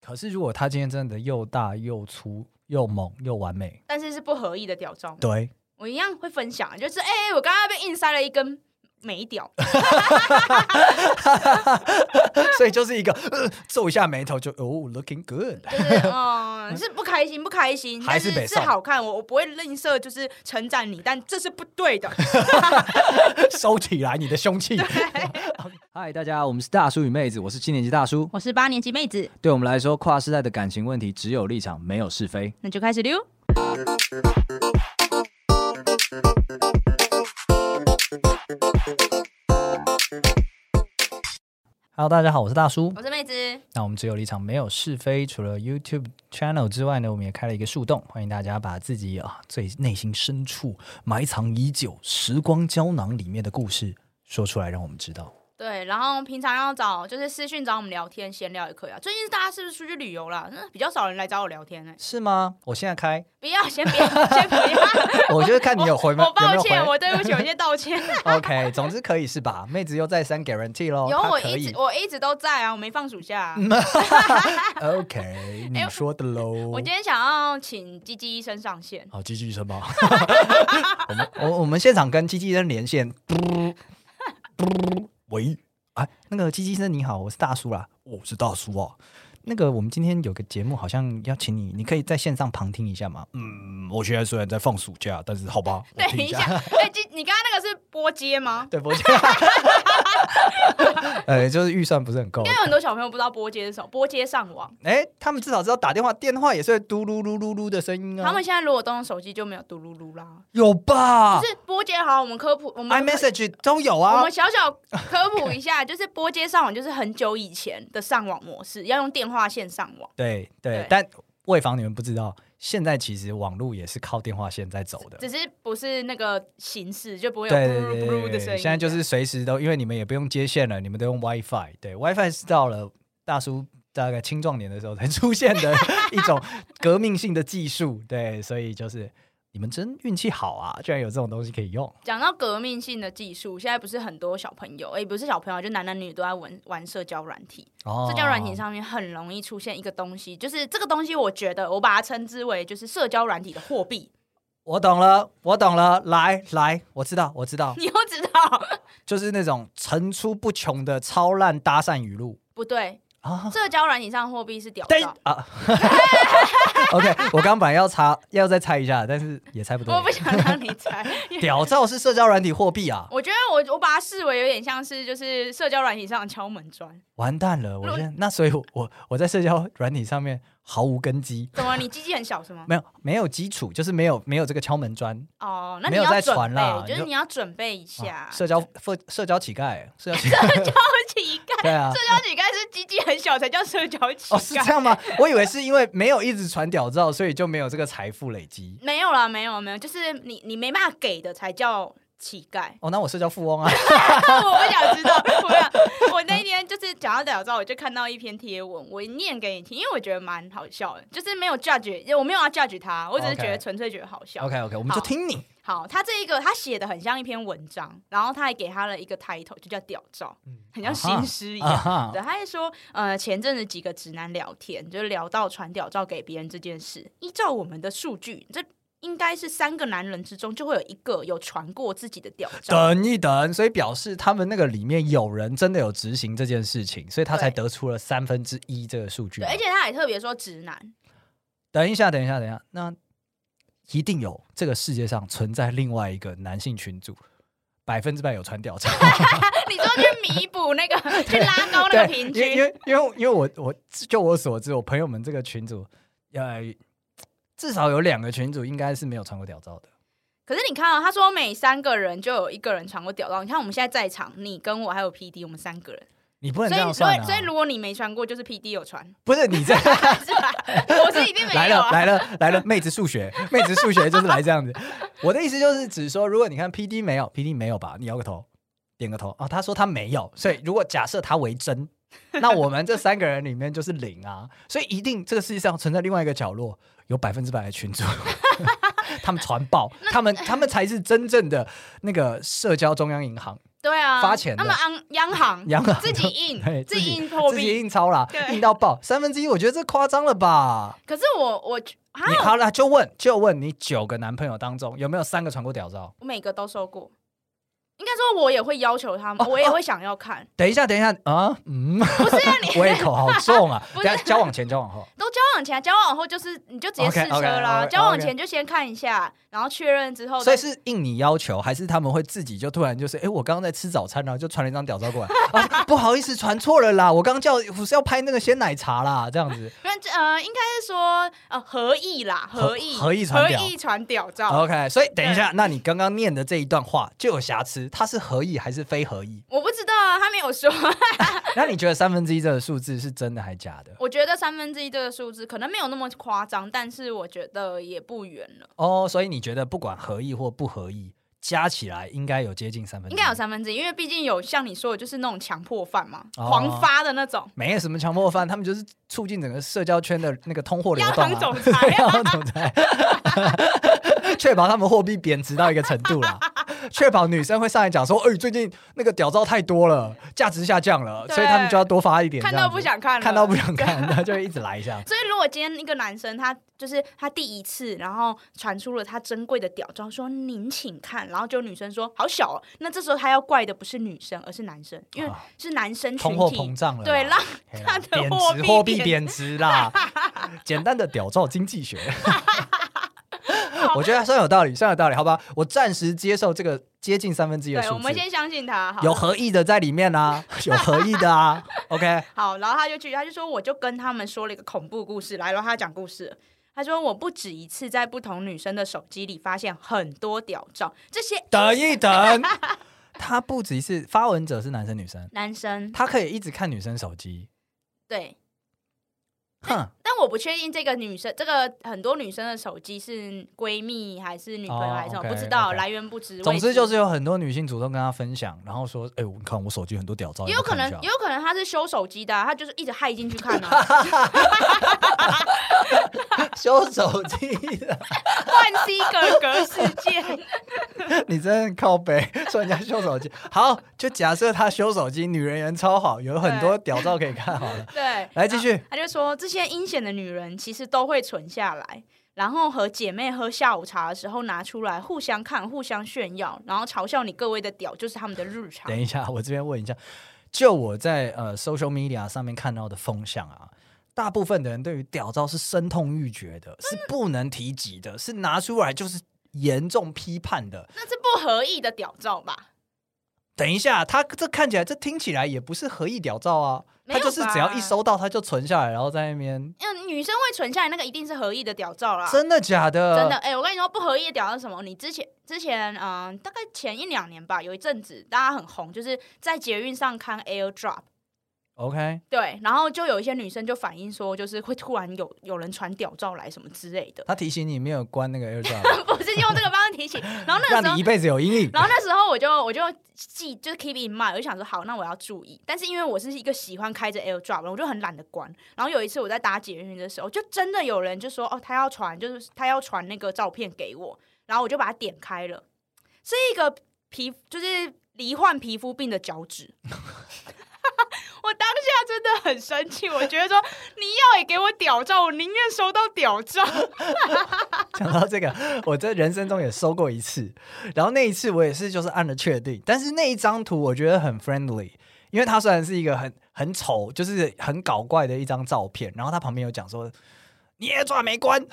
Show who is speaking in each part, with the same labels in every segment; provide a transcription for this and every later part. Speaker 1: 可是如果他今天真的又大又粗又猛又完美，
Speaker 2: 但是是不合意的屌照，
Speaker 1: 对，
Speaker 2: 我一样会分享，就是哎、我刚刚被硬塞了一根美屌，
Speaker 1: 所以就是一个、呃、皱一下眉头就哦，looking good，
Speaker 2: 就是嗯，是不开心不开心，
Speaker 1: 还
Speaker 2: 但
Speaker 1: 是
Speaker 2: 是
Speaker 1: 北
Speaker 2: 是
Speaker 1: 宋
Speaker 2: 好看，我我不会吝啬，就是称赞你，但这是不 对的。
Speaker 1: 收起来你的凶器。
Speaker 3: 嗨，大家，我们是大叔与妹子，我是七年级大叔。
Speaker 2: 我是八年级妹子，
Speaker 3: 对我们来说，跨世代的感情问题只有立场，没有是非。
Speaker 2: 那就开始溜。
Speaker 1: Hello，大家好，我是大叔。
Speaker 2: 我是妹子，
Speaker 1: 那我们只有立场，没有是非。除了 YouTube channel 之外呢，我们也开了一个树洞，欢迎大家把自己啊最内心深处埋藏已久、时光胶囊里面的故事说出来，让我们知道。
Speaker 2: 对，然后平常要找就是私讯找我们聊天闲聊也可以啊。最近大家是不是出去旅游了？嗯，比较少人来找我聊天呢、欸
Speaker 1: 是吗？我现在开，
Speaker 2: 不要，先不要，先不要。
Speaker 1: 我就是看你 有回吗？
Speaker 2: 我抱
Speaker 1: 有没
Speaker 2: 歉，
Speaker 1: 有回
Speaker 2: 我对不起，我先 道歉。
Speaker 1: OK，总之可以是吧？妹子又再三 guarantee 咯，
Speaker 2: 有
Speaker 1: 她
Speaker 2: 我
Speaker 1: 哦可
Speaker 2: 一
Speaker 1: 以
Speaker 2: 直。我一直都在啊，我没放暑假啊、
Speaker 1: OK，你说的喽。
Speaker 2: 哎我今天想要请鸡鸡医生上线，
Speaker 1: 好，机器医生 吧。我们我我们现场跟机器医生连线。喂，哎，那个机器医生你好，我是大叔啦。我是大叔啊。那个我们今天有个节目，好像要请你，你可以在线上旁听一下吗？嗯，我现在虽然在放暑假，但是好吧，我
Speaker 2: 等
Speaker 1: 听
Speaker 2: 一
Speaker 1: 一
Speaker 2: 下
Speaker 1: 下。，
Speaker 2: 哎，鸡，你刚刚那个是播接吗？
Speaker 1: 对，我觉 得呃，就是预算不是很够
Speaker 2: 应。该有很多小朋友不知道播接是什么，播接上网。
Speaker 1: 哎，他们至少知道打电话，电话也是会嘟噜噜噜噜的声音啊。
Speaker 2: 他们现在如果都用手机，就没有嘟噜噜啦。
Speaker 1: 有吧
Speaker 2: 就是播接，好，我们科普，我们
Speaker 1: ？iMessage 都有
Speaker 2: 我
Speaker 1: 啊
Speaker 2: 们。小小科普一下， 就是拨接上网，就是很久以前的上网模式，要用电话线上网，
Speaker 1: 对对
Speaker 2: 对，
Speaker 1: 但为防你们不知道，现在其实网络也是靠电话线在走的。
Speaker 2: 只是不是那个形式，就不会有
Speaker 1: 对
Speaker 2: 噗
Speaker 1: 对
Speaker 2: 噜
Speaker 1: 对
Speaker 2: 噗噜
Speaker 1: 对
Speaker 2: 的
Speaker 1: 对
Speaker 2: 声音。
Speaker 1: 对，现在就是随时都，因为你们也不用接线了，你们都用 WiFi。对，WiFi 是到了大叔大概青壮年的时候才 出现的一种革命性的技术。对，所以就是你们真运气好啊，居然有这种东西可以用。
Speaker 2: 讲到革命性的技术，现在不是很多小朋友，哎、不是小朋友，就男男女女都在玩玩社交软体。
Speaker 1: 哦
Speaker 2: 社交软体上面很容易出现一个东西，就是这个东西，我觉得我把它称之为就是社交软体的货币。
Speaker 1: 我懂了，我懂了，来来，我知道，我知 道，
Speaker 2: 你又知道
Speaker 1: 就是那种层出不穷的超烂搭讪语录
Speaker 2: 不对？
Speaker 1: 啊。
Speaker 2: 社交软体上货币是屌
Speaker 1: 对
Speaker 2: 照，
Speaker 1: 啊 ，OK，我刚本来要查，要再猜一下，但是也 猜不对
Speaker 2: 我。不想让你 猜， 因为
Speaker 1: 屌照是社交软体货币啊！
Speaker 2: 我觉得我我把它视为有点像是就是社交软体上的敲门砖。
Speaker 1: 完蛋了，我现在那所以我，我我在社交软体上面毫无根基，
Speaker 2: 怎么？你鸡鸡很小是吗？
Speaker 1: 没有没有基础，就是没有没有这个敲门砖。
Speaker 2: 哦，那
Speaker 1: 没
Speaker 2: 你
Speaker 1: 有
Speaker 2: 要
Speaker 1: 在
Speaker 2: 准
Speaker 1: 传啦
Speaker 2: 备，就
Speaker 1: 你
Speaker 2: 是
Speaker 1: 就
Speaker 2: 你要准备一下
Speaker 1: 啊。 社交社社交乞丐，社交乞
Speaker 2: 社
Speaker 1: 丐，
Speaker 2: 交乞 丐，
Speaker 1: 对啊
Speaker 2: 社。交乞丐是鸡鸡很小才叫社交乞
Speaker 1: 哦，是这
Speaker 2: 丐。
Speaker 1: 样吗？我以为是因为没有一直传屌照，所以就没有这个财富累积。
Speaker 2: 没有啦，没有没有，就是你你没办法给的才叫乞丐。
Speaker 1: 哦，那我社交富 翁啊。
Speaker 2: 我不想知道，我想，我那一天就是讲到屌照，我就看到一篇贴文，我念给你听，因为我觉得蛮好笑的，就是没有 judge，我没有要 judge 他，我只是
Speaker 1: OK
Speaker 2: 觉得纯粹觉得好笑。
Speaker 1: OK OK，我们就
Speaker 2: 好
Speaker 1: 听你。
Speaker 2: 好，他这一个他写的很像一篇文章，然后他还给他了一个 title，就叫“屌照”，很像新诗一样。
Speaker 1: 嗯啊哈
Speaker 2: 对，他还说，呃，前阵子几个直男聊天，就聊到传屌照给别人这件事。依照我们的数据，这应该是三个男人之中就会有一个有传过自己的屌照。
Speaker 1: 等一等，所以表示他们那个里面有人真的有执行这件事情，所以他才
Speaker 2: 对
Speaker 1: 得出了三分之一这个数据
Speaker 2: 对，
Speaker 1: 嘛。
Speaker 2: 而且他还特别说直男，
Speaker 1: 等一下，等一下，等一下，那一定有这个世界上存在另外一个男性群组，百分之百有传屌 照。
Speaker 2: 你说去弥补那个，去拉高那
Speaker 1: 对，
Speaker 2: 个平
Speaker 1: 因为因
Speaker 2: 均。
Speaker 1: 为因为因为我我就我所知，我朋友们这个群组，呃，至少有两个群组应该是没有传过屌照的。
Speaker 2: 可是你看啊，他说每三个人就有一个人传过屌照。你看我们现在在场，你跟我还有 P D，我们三个人。
Speaker 1: 你不能
Speaker 2: 所
Speaker 1: 这
Speaker 2: 以，
Speaker 1: 样
Speaker 2: 所
Speaker 1: 算啊！
Speaker 2: 以，所以如果你没传过，就是 P D 有传，
Speaker 1: 不是你这 样。
Speaker 2: 是吧？我是一定没
Speaker 1: 来
Speaker 2: 有
Speaker 1: 了
Speaker 2: 啊。
Speaker 1: 来了来了，妹子数学， 妹子数学就是来这样子。我的意思就是指说，如果你看 P D 没有，P D 没有吧，你摇个头，点个头啊、他说他没有，所以如果假设他为 真，那我们这三个人里面就是零啊，所以一定这个世界上存在另外一个角落有百分之百的群 主。他们传报，他们他们才是真正的那个社交中央银行，
Speaker 2: 对啊，
Speaker 1: 发钱的
Speaker 2: 那么央央行
Speaker 1: 央行
Speaker 2: 自己印
Speaker 1: 对，自己
Speaker 2: 己印货
Speaker 1: 自己
Speaker 2: 币。
Speaker 1: 印钞啦，
Speaker 2: 对
Speaker 1: 印到爆，三分之一，我觉得这夸张了吧？
Speaker 2: 可是我我啊，
Speaker 1: 你好了，就问就问你九个男朋友当中有没有三个传过屌照？
Speaker 2: 我每个都收过。应该说，我也会要求他们，我也会想要看。
Speaker 1: 等一下，等一下啊，嗯，
Speaker 2: 不是啊，你
Speaker 1: 胃口好重啊！
Speaker 2: 不
Speaker 1: 等
Speaker 2: 是
Speaker 1: 一下交往前交往后，
Speaker 2: 都交往前，交往后就是你就直接试车
Speaker 1: OK，OK，
Speaker 2: 啦。
Speaker 1: OK，
Speaker 2: 交往前就先看一下，然后确认之后，
Speaker 1: 所以是应你要求，还是他们会自己就突然就是，哎、我刚刚在吃早餐，然后就传了一张屌照过来， 啊，不好意思，传错了啦，我刚叫我是要拍那个鲜奶茶啦，这样子。
Speaker 2: 因为这呃，应该是说呃合意啦，
Speaker 1: 合
Speaker 2: 合意
Speaker 1: 合意传屌
Speaker 2: 合意传屌照。
Speaker 1: OK，所以等一
Speaker 2: 嗯
Speaker 1: 下，那你刚刚念的这一段话就有瑕疵，它是合意还是非合意？
Speaker 2: 我不知道啊，他没有说。
Speaker 1: 那你觉得三分之一这个数字是真的还假的？
Speaker 2: 我觉得三分之一这个数字可能没有那么夸张，但是我觉得也不远了，
Speaker 1: 哦、所以你觉得不管合意或不合意，加起来应该有接近三分之
Speaker 2: 应
Speaker 1: 一？
Speaker 2: 该有三分之一，因为毕竟有像你说的，就是那种强迫犯嘛，
Speaker 1: 哦
Speaker 2: 狂发的那种。
Speaker 1: 没有什么强迫犯，他们就是促进整个社交圈的那个通货流
Speaker 2: 央
Speaker 1: 动
Speaker 2: 行
Speaker 1: 啊。
Speaker 2: 总裁啊
Speaker 1: 央行总裁， 确保他们货币贬值到一个程度啦，确保女生会上来讲说，哎、最近那个屌照太多了，价值下降了，
Speaker 2: 对
Speaker 1: 所以他们就要多发一点，
Speaker 2: 看
Speaker 1: 这
Speaker 2: 到
Speaker 1: 样子
Speaker 2: 不想看了，
Speaker 1: 看到不 想看，那就一直来一下。
Speaker 2: 所以，如果今天一个男生他就是他第一次，然后传出了他珍贵的屌照，说您请看，然后就女生说好小、哦，那这时候他要怪的不是女生，而是男生，因为
Speaker 1: 啊
Speaker 2: 是男生 群
Speaker 1: 通货膨
Speaker 2: 体，
Speaker 1: 胀了啦，
Speaker 2: 对，让
Speaker 1: 嘿啦
Speaker 2: 他的
Speaker 1: 贬
Speaker 2: 货
Speaker 1: 值，
Speaker 2: 币
Speaker 1: 货币
Speaker 2: 贬
Speaker 1: 贬值 啦，简单的屌照经济学。我觉得算有道理，算有道理，好吧，我暂时接受这个接近三分之一的
Speaker 2: 对，
Speaker 1: 数
Speaker 2: 我们
Speaker 1: 字，
Speaker 2: 先相信他，好，
Speaker 1: 有合意的在里面 啦、有合意的啊，OK，
Speaker 2: 好，然后他就去，他就说，我就跟他们说了一个恐怖故事来，然后他讲故事了。他说：“我不止一次在不同女生的手机里发现很多屌照，这些
Speaker 1: 等一等，他不只是发文者是男生女生，
Speaker 2: 男生
Speaker 1: 他可以一直看女生手机，
Speaker 2: 对
Speaker 1: 哼，
Speaker 2: 但我不确定这个女生，这个很多女生的手机是闺蜜还是女朋友
Speaker 1: 哦
Speaker 2: 还是什么，
Speaker 1: ，OK，
Speaker 2: 不知道
Speaker 1: OK
Speaker 2: 来源不知。
Speaker 1: 总
Speaker 2: 位置
Speaker 1: 之就是有很多女性主动跟他分享，然后说，哎、我你看我手机很多屌照，你
Speaker 2: 也有
Speaker 1: 要
Speaker 2: 可
Speaker 1: 看一
Speaker 2: 能
Speaker 1: 下，
Speaker 2: 也有可能她是修手机的啊、她就是一直害进去看啊，
Speaker 1: 修手机的。
Speaker 2: 换 C 格格世界。
Speaker 1: 你真的很靠 北，说人家修手机。好，就假设他修手机，女人缘超好，有很多屌照可以看好了。
Speaker 2: 对，
Speaker 1: 来继续，
Speaker 2: 他就说这些阴险的女人其实都会存下来。然后和姐妹喝下午茶的时候拿出来互相看、互相炫耀，然后嘲笑你各位的屌，就是他们的日常
Speaker 1: 等。一下，我这边问一下，就我在呃 social media 上面看到的风向啊。大部分的人对于屌照是深痛欲绝
Speaker 2: 嗯
Speaker 1: 的，是不能提及的，是拿出来就是严重批判的。
Speaker 2: 那是不合意的屌照吧？
Speaker 1: 等一下，他这看起来，这听起来也不是合意屌照啊，
Speaker 2: 没
Speaker 1: 他
Speaker 2: 有
Speaker 1: 就是只要一
Speaker 2: 吧
Speaker 1: 收到他就存下来，然后在那边，
Speaker 2: 因为女生会存下来，那个一定是合意的屌照啦。
Speaker 1: 真的假的？
Speaker 2: 啊真的，哎、我跟你说，不合意的屌是什么？你之前之前，嗯、大概前一两年吧，有一阵子大家很红，就是在捷运上看 AirDrop，
Speaker 1: OK，
Speaker 2: 对，然后就有一些女生就反映说，就是会突然有有人传屌照来什么之类的，
Speaker 1: 他提醒你没有关那个 AirDrop。
Speaker 2: 不是用这个方式提醒。然后那个时
Speaker 1: 让
Speaker 2: 候
Speaker 1: 你一，辈子有阴影。
Speaker 2: 然后那时候我就我就记就是 keep in mind，我就想说好，那我要注意。但是因为我是一个喜欢开着 AirDrop，的我就很懒得关。然后有一次我在搭捷运的时候，就真的有人就说哦，他要传，就是他要传那个照片给我，然后我就把它点开了，是一个皮就是罹患皮肤病的脚趾。 我当下真的很生气，我觉得说你要也给我屌照，我宁愿收到屌照。
Speaker 1: 讲到 这个，我在人生中也收过一次，然后那一次我也是就是按了确定，但是那一张图我觉得很 friendly，因为它虽然是一个很很丑，就是很搞怪的一张照片，然后它旁边有讲说。你耳抓没 关，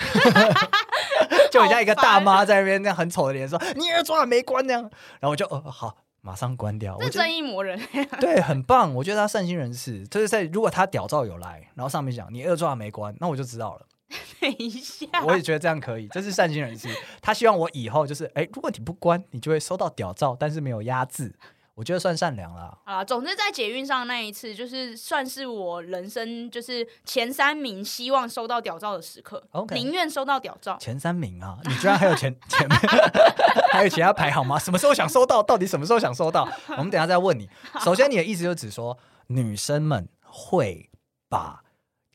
Speaker 1: 就人家一个大妈在那边那样很丑的脸说你耳抓没关那样，然后我就哦好，马上关掉。我
Speaker 2: 这
Speaker 1: 觉得
Speaker 2: 正义魔人，
Speaker 1: 对，很棒，我觉得他善心人士，就是在如果他屌照有来，然后上面讲你耳抓没关，那我就知道了。
Speaker 2: 等一下，
Speaker 1: 我也觉得这样可以，这是善心人士。他希望我以后就是，哎、如果你不关，你就会收到屌照，但是没有压制，我觉得算善良啦。
Speaker 2: 啊，总之在捷运上那一次，就是算是我人生就是前三名希望收到屌照的时刻
Speaker 1: OK
Speaker 2: 宁愿收到屌照。
Speaker 1: 前三名啊，你居然还有前前面， 还有其他排行吗？什么时候想收到？到底什么时候想收到？我们等一下再问你。首先，你的意思就只说女生们会把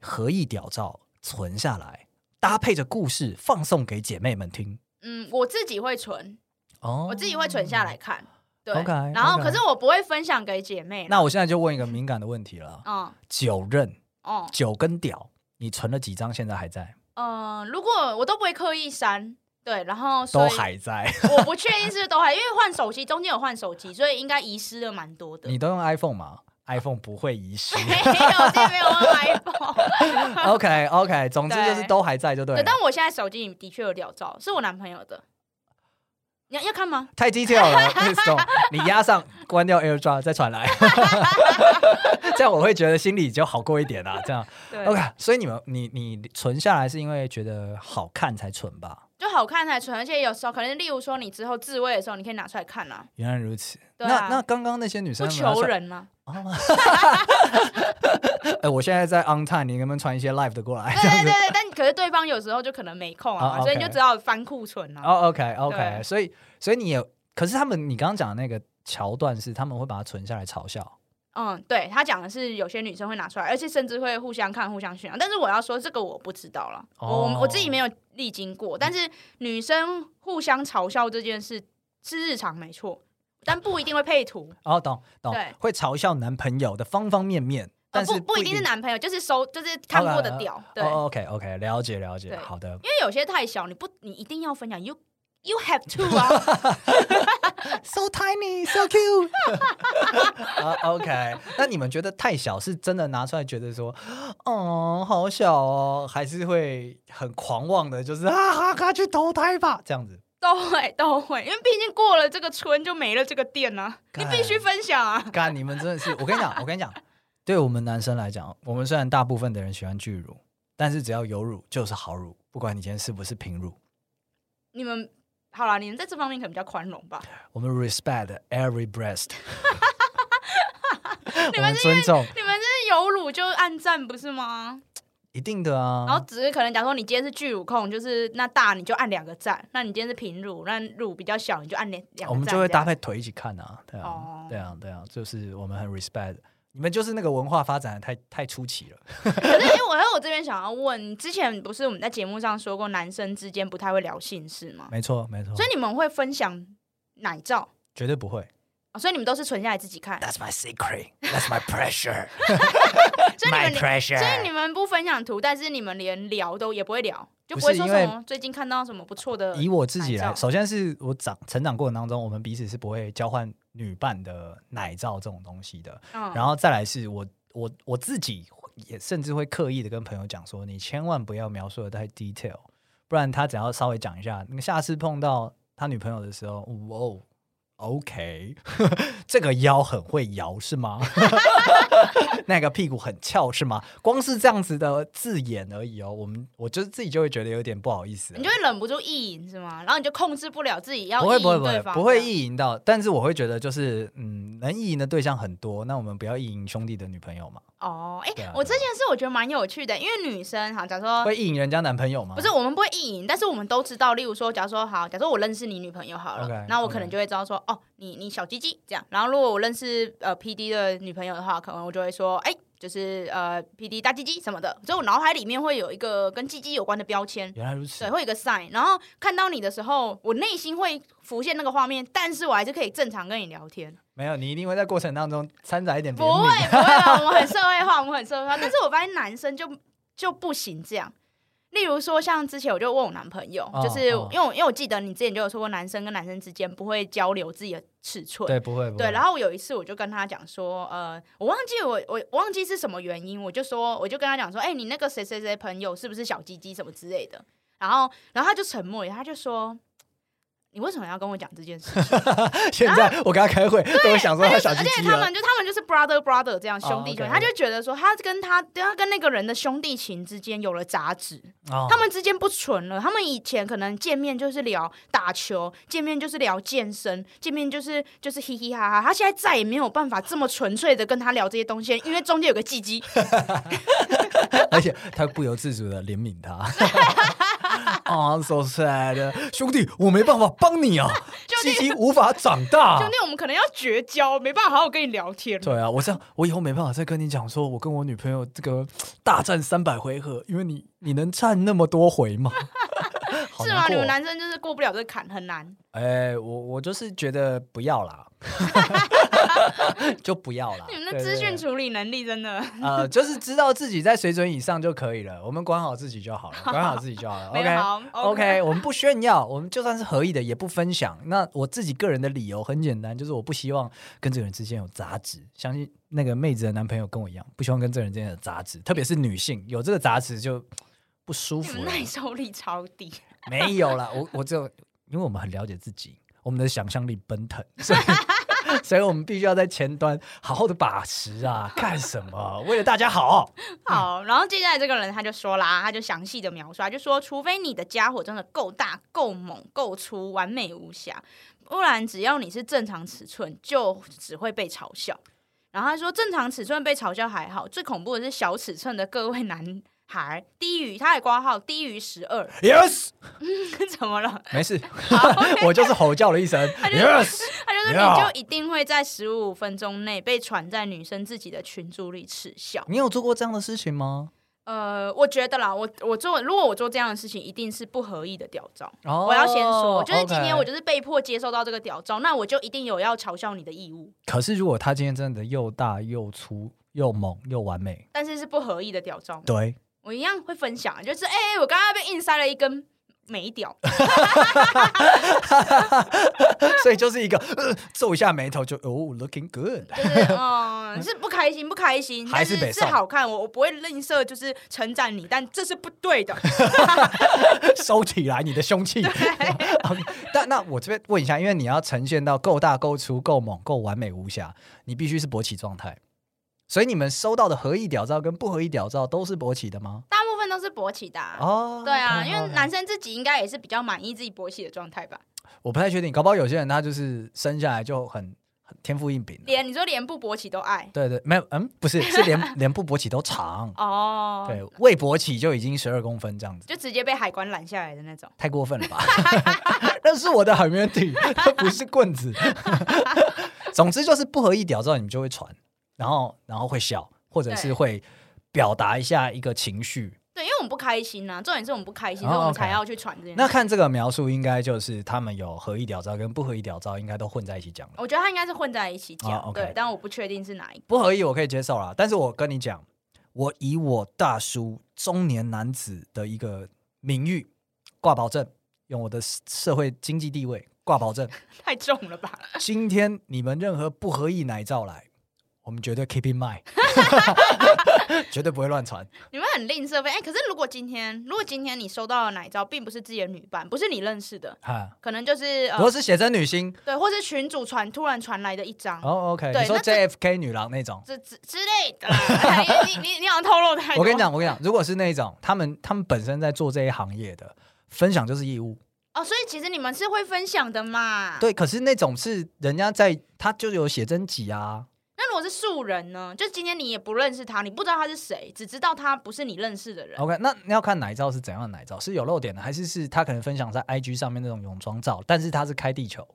Speaker 1: 合意屌照存下来，搭配着故事放送给姐妹们听。
Speaker 2: 嗯，我自己会存，
Speaker 1: 哦
Speaker 2: 我自己会存下来看。对
Speaker 1: OK，
Speaker 2: 然后
Speaker 1: OK
Speaker 2: 可是我不会分享给姐妹啦。
Speaker 1: 那我现在就问一个敏感的问题了：
Speaker 2: 嗯
Speaker 1: 酒认
Speaker 2: 哦
Speaker 1: 酒跟屌，你存了几张？现在还在？
Speaker 2: 嗯，如果我都不会刻意删，对，然后所
Speaker 1: 都
Speaker 2: 以
Speaker 1: 还 在？
Speaker 2: 我不确定是不是都还，因为换手机中间有换手机，所以应该遗失了蛮多的。
Speaker 1: 你都用 iPhone 吗？iPhone 不会遗失。
Speaker 2: 没有，我这边没有用 iPhone。
Speaker 1: OK OK，总之就是
Speaker 2: 对
Speaker 1: 都还在就对
Speaker 2: 对，
Speaker 1: 了。
Speaker 2: 但我现在手机里的确有屌照，是我男朋友的。你要要看吗？
Speaker 1: 太 detail 了，please don't。你压上，关掉 AirDrop 再 传来，这样我会觉得心里就好过一点啦、这样
Speaker 2: 对
Speaker 1: OK，所以你们你你存下来是因为觉得好看才存吧？
Speaker 2: 就好看才存，而且有时候可能，例如说你之后自慰的时候，你可以拿出来看啊，
Speaker 1: 原来如此。
Speaker 2: 对
Speaker 1: 那
Speaker 2: 啊
Speaker 1: 那刚刚那些女
Speaker 2: 不
Speaker 1: 生有没有
Speaker 2: 求
Speaker 1: 算。
Speaker 2: 人啊 嘛。
Speaker 1: 哎、我现在在 on time，你能不能传一些 live 的过 来？
Speaker 2: 对对对对，但可是对方有时候就可能没空
Speaker 1: 啊
Speaker 2: 啊，
Speaker 1: ，OK
Speaker 2: 所以你就只好翻库存啊。
Speaker 1: 哦、o k OK，
Speaker 2: 对
Speaker 1: 所以所以你有，可是他们你刚刚讲的那个桥段是他们会把它存下来嘲笑。
Speaker 2: 嗯，对他讲的是有些女生会拿出来，而且甚至会互相看、互相炫耀。但是我要说，这个我不知道了，
Speaker 1: 哦
Speaker 2: 我我自己没有历经过。但是女生互相嘲笑这件事是日常没错，但不一定会配图，
Speaker 1: 哦，懂懂
Speaker 2: 对，
Speaker 1: 会嘲笑男朋友的方方面面，
Speaker 2: 呃、
Speaker 1: 但是
Speaker 2: 不不一定是男朋友，就是收就是看过的屌，对，
Speaker 1: 哦、o k OK，了解了解，
Speaker 2: 对
Speaker 1: 好的，
Speaker 2: 因为有些太小，你不你一定要分享，you you have to 啊，
Speaker 1: So tiny, so cute 啊 OK，那你们觉得太小是真的拿出来觉得说，哦，好小哦，还是会很狂妄的，就是啊，哈哈，去投胎吧，这样子。
Speaker 2: 都会都会，因为毕竟过了这个村就没了这个店啊，你必须分享啊，
Speaker 1: 干，你们真的是，我跟你讲，我跟你讲，对我们男生来讲，我们虽然大部分的人喜欢巨乳，但是只要有乳就是好乳，不管你今天是不是平乳，
Speaker 2: 你们。好啦，你们在这方面可能比较宽容吧。
Speaker 1: 我们 respect every breast，
Speaker 2: 你
Speaker 1: 我
Speaker 2: 们
Speaker 1: 们
Speaker 2: 是
Speaker 1: 尊重
Speaker 2: 你们这有乳就按赞不是吗？
Speaker 1: 一定的啊。
Speaker 2: 然后只是可能，假如说你今天是巨乳控，就是那大你就按两个赞；那你今天是平乳，那乳比较小你就按两两个赞。
Speaker 1: 我们就会搭
Speaker 2: 这样。
Speaker 1: 配腿一起看啊，对啊，
Speaker 2: 哦
Speaker 1: 对啊，对啊，就是我们很 respect 你们，就是那个文化发展的太太出奇了。
Speaker 2: 可是因为我我这边想要问，之前不是我们在节目上说过，男生之间不太会聊性事吗？
Speaker 1: 没错，没错，
Speaker 2: 所以你们会分享奶照、
Speaker 1: 绝对不会。
Speaker 2: 哦所以你们都是存下来自己 看。
Speaker 1: That's my secret. That's my pressure.
Speaker 2: 所以
Speaker 1: my
Speaker 2: 你们
Speaker 1: pressure.
Speaker 2: 所以你们不分享图，但是你们连聊都也不会聊，就
Speaker 1: 不
Speaker 2: 不会
Speaker 1: 是
Speaker 2: 说
Speaker 1: 因
Speaker 2: 什
Speaker 1: 为
Speaker 2: 么最近看到什么不错的。
Speaker 1: 以我自己
Speaker 2: 奶
Speaker 1: 来，
Speaker 2: 照
Speaker 1: 首先是我长成长过程当中，我们彼此是不会交换女伴的奶罩这种东西的。
Speaker 2: 嗯
Speaker 1: 然后再来是我我我自己也甚至会刻意的跟朋友讲说，你千万不要描述的太 detail，不然他只要稍微讲一下，你下次碰到他女朋友的时候，哇哦，OK，这 个腰很会摇是吗？ 那个屁股很翘是吗？光是这样子的字眼而已哦，我们我就自己就会觉得有点不好意思了
Speaker 2: 你就。会忍不住意淫是吗？然后你就控制不了自己要
Speaker 1: 不会
Speaker 2: 意
Speaker 1: 不会
Speaker 2: 淫
Speaker 1: 不
Speaker 2: 对
Speaker 1: 会
Speaker 2: 方，
Speaker 1: 不会
Speaker 2: 这样
Speaker 1: 意淫到，但是我会觉得就是嗯，能意淫的对象很多，那我们不要意淫兄弟的女朋友嘛，
Speaker 2: 哦。哎、
Speaker 1: 对啊
Speaker 2: 我这
Speaker 1: 对啊
Speaker 2: 件事我觉得蛮有趣的，因为女生哈，假如说
Speaker 1: 会意淫人家男朋友吗？
Speaker 2: 哦不是我们不会意淫，但是我们都知道，例如说，假如说好，假如说我认识你女朋友好了
Speaker 1: OK，
Speaker 2: 那我可
Speaker 1: OK
Speaker 2: 能就会知道说，哦，你你小鸡鸡这样。然后如果我认识呃 P D 的女朋友的话，可能我就会说，哎、就是呃 P D 大鸡鸡什么的，所以我脑海里面会有一个跟鸡鸡有关的标签。
Speaker 1: 原来如此
Speaker 2: 对，，会有一个 sign，然后看到你的时候，我内心会浮现那个画面，但是我还是可以正常跟你聊天。
Speaker 1: 没有，你一定会在过程当中掺杂一点
Speaker 2: 不
Speaker 1: 别
Speaker 2: 会
Speaker 1: 扭。
Speaker 2: 不会啦，我们很社会化，我们很社会化。但是我发现男生就就不行这样。例如说，像之前我就问我男朋友，
Speaker 1: 哦
Speaker 2: 就是因
Speaker 1: 哦
Speaker 2: 为我因为我记得你之前就有说过，男生跟男生之间不会交流自己的尺寸。
Speaker 1: 对，不会不会。
Speaker 2: 对，然后我有一次我就跟他讲说，呃，我忘记我我我忘记是什么原因，我就说我就跟他讲说，哎、你那个谁谁谁朋友是不是小鸡鸡什么之类的，然后然后他就沉默了，他就说，你为什么要跟我讲这件事情？
Speaker 1: 现在我跟他开会，都会想说他小啊鸡
Speaker 2: 而
Speaker 1: 鸡
Speaker 2: 且他
Speaker 1: 了
Speaker 2: 们。就他们就是 brother brother 这样
Speaker 1: 哦
Speaker 2: 兄弟兄弟，
Speaker 1: OK，OK
Speaker 2: 他就觉得说他跟他他跟那个人的兄弟情之间有了杂质，
Speaker 1: 哦
Speaker 2: 他们之间不纯了。他们以前可能见面就是聊打球，见面就是聊健身，见面就是就是嘻嘻哈哈。他现在再也没有办法这么纯粹的跟他聊这些东西，因为中间有个 鸡鸡。
Speaker 1: 而且他不由自主的怜悯 他。啊，so sad，兄弟，我没办法帮你啊，鸡鸡无法长
Speaker 2: 兄
Speaker 1: 大。
Speaker 2: 弟，我们可能要绝交，没办法好好跟你聊天。
Speaker 1: 啊对啊，我这样，我以后没办法再跟你讲，说我跟我女朋友这个大战三百回合，因为你你能战那么多回吗？ 好
Speaker 2: 是
Speaker 1: 难
Speaker 2: 吗？你
Speaker 1: 过哦
Speaker 2: 们。男生就是过不了这个坎，很难。
Speaker 1: 哎，我我就是觉得不要 啦，就不要啦。
Speaker 2: 你们的
Speaker 1: 对
Speaker 2: 资讯
Speaker 1: 对对
Speaker 2: 处理能力真的
Speaker 1: 呃，就是知道自己在水准以上就可以了，我们管好自己就好了，管好自己就好了。
Speaker 2: 没
Speaker 1: OK
Speaker 2: 有好
Speaker 1: OK，我们不炫耀，我们就算是合意的也不分享。那我自己个人的理由很简单，就是我不希望跟这个人之间有杂质。相信那个妹子的男朋友跟我一样，不希望跟这个人之间有杂质，特别是女性有这个杂质就不舒
Speaker 2: 你
Speaker 1: 服
Speaker 2: 们
Speaker 1: 了。
Speaker 2: 耐受力超低，
Speaker 1: 没有啦，我我只有因为我们很了解自己，我们的想象力奔腾，所以 所以我们必须要在前端好好的把持啊！干什么？为了大家好。
Speaker 2: 好，然后接下来这个人他就说啦，他就详细的描述，他啊就说，除非你的家伙真的够大、够猛、够粗、完美无瑕，不然只要你是正常尺寸，就只会被嘲笑。然后他说，正常尺寸被嘲笑还好，最恐怖的是小尺寸的各位男孩，低于他也挂号低于十二，
Speaker 1: Yes，
Speaker 2: 怎么了？
Speaker 1: 没事，我就是吼叫了一声 Yes。
Speaker 2: 他就说，
Speaker 1: Yeah
Speaker 2: 你就一定会在十五分钟内被传在女生自己的群组里耻笑。
Speaker 1: 你有做过这样的事情吗？
Speaker 2: 呃，我觉得啦，我我做如果我做这样的事情，一定是不合意的屌照。
Speaker 1: 哦
Speaker 2: 我要先说，就是今天我
Speaker 1: OK
Speaker 2: 就是被迫接受到这个屌照，那我就一定有要嘲笑你的义务，
Speaker 1: 可是如果他今天真的又大又粗又猛又完美，
Speaker 2: 但是是不合意的屌照嘛，
Speaker 1: 对，
Speaker 2: 我一样会分享，就是哎、我刚刚被硬塞了一根美屌，
Speaker 1: 所以就是一个、呃、皱一下眉头就哦 looking good。
Speaker 2: 就是 嗯、是不开心不开心，
Speaker 1: 还
Speaker 2: 但
Speaker 1: 是
Speaker 2: 是
Speaker 1: 北
Speaker 2: 是
Speaker 1: 宋
Speaker 2: 好看，我我不会吝啬就是称赞你，但这是不 对的，
Speaker 1: 收起来你的凶器。OK，但那我这边问一下，因为你要呈现到够大、够粗、够猛、够完美无瑕，你必须是勃起状态。所以你们收到的合意屌照跟不合意屌照都是勃起的吗？
Speaker 2: 大部分都是勃起的啊、
Speaker 1: 哦，
Speaker 2: 对啊，
Speaker 1: OK，
Speaker 2: 因为
Speaker 1: OK
Speaker 2: 男生自己应该也是比较满意自己勃起的状态吧。
Speaker 1: 我不太确定，搞不好有些人他就是生下来就很很天赋异禀。
Speaker 2: 连你说连不勃起都爱
Speaker 1: 对对，没有，嗯，不是，是 连连不勃起都长，
Speaker 2: 哦，
Speaker 1: 对，未勃起就已经十二公分这样子，
Speaker 2: 就直接被海关拦下来的那种。
Speaker 1: 太过分了吧？ 那是我的海绵体，它不是棍子。 总之就是不合意屌照，你们就会传，然后然后会笑，或者是
Speaker 2: 对
Speaker 1: 会表达一下一个情绪。
Speaker 2: 对，因为我们不开心呐、重点是我们不开心，
Speaker 1: 哦
Speaker 2: 所以我们
Speaker 1: OK
Speaker 2: 才要去传这件事。
Speaker 1: 那看这个描述，应该就是他们有合意屌照跟不合意屌照，应该都混在一起讲了。
Speaker 2: 我觉得他应该是混在一起讲，
Speaker 1: 哦，OK
Speaker 2: 对，但我不确定是哪一个。
Speaker 1: 不合意我可以接受啦，但是我跟你讲，我以我大叔中年男子的一个名誉挂保证，用我的社会经济地位挂保 证，
Speaker 2: 太重了吧？
Speaker 1: 今天你们任何不合意奶照来，我们绝对 keep in mind，绝对不会乱传。
Speaker 2: 你们很吝啬呗？哎、可是如果今天，如果今天你收到的奶照并不是自己的女伴，不是你认识的，
Speaker 1: 哈，
Speaker 2: 可能就是
Speaker 1: 如果
Speaker 2: 呃，
Speaker 1: 是写真女星，
Speaker 2: 对，或是群主传突然传来的一张。
Speaker 1: 哦，OK，
Speaker 2: 对
Speaker 1: 你说
Speaker 2: 那这
Speaker 1: JFK 女郎那种。
Speaker 2: 这之之类的啦，哎你你你好像透露太多。
Speaker 1: 我跟你讲，我跟你讲，如果是那种他们他们本身在做这一行业的，分享就是义务，
Speaker 2: 哦，所以其实你们是会分享的嘛？
Speaker 1: 对，可是那种是人家在，他就有写真集啊。
Speaker 2: 那如果是素人呢？就今天你也不认识他，你不知道他是谁，只知道他不是你认识的人。
Speaker 1: OK，那你要看奶照是怎样的奶照，是有漏点的，还是是他可能分享在 IG 上面那种泳装照，但是他是开地球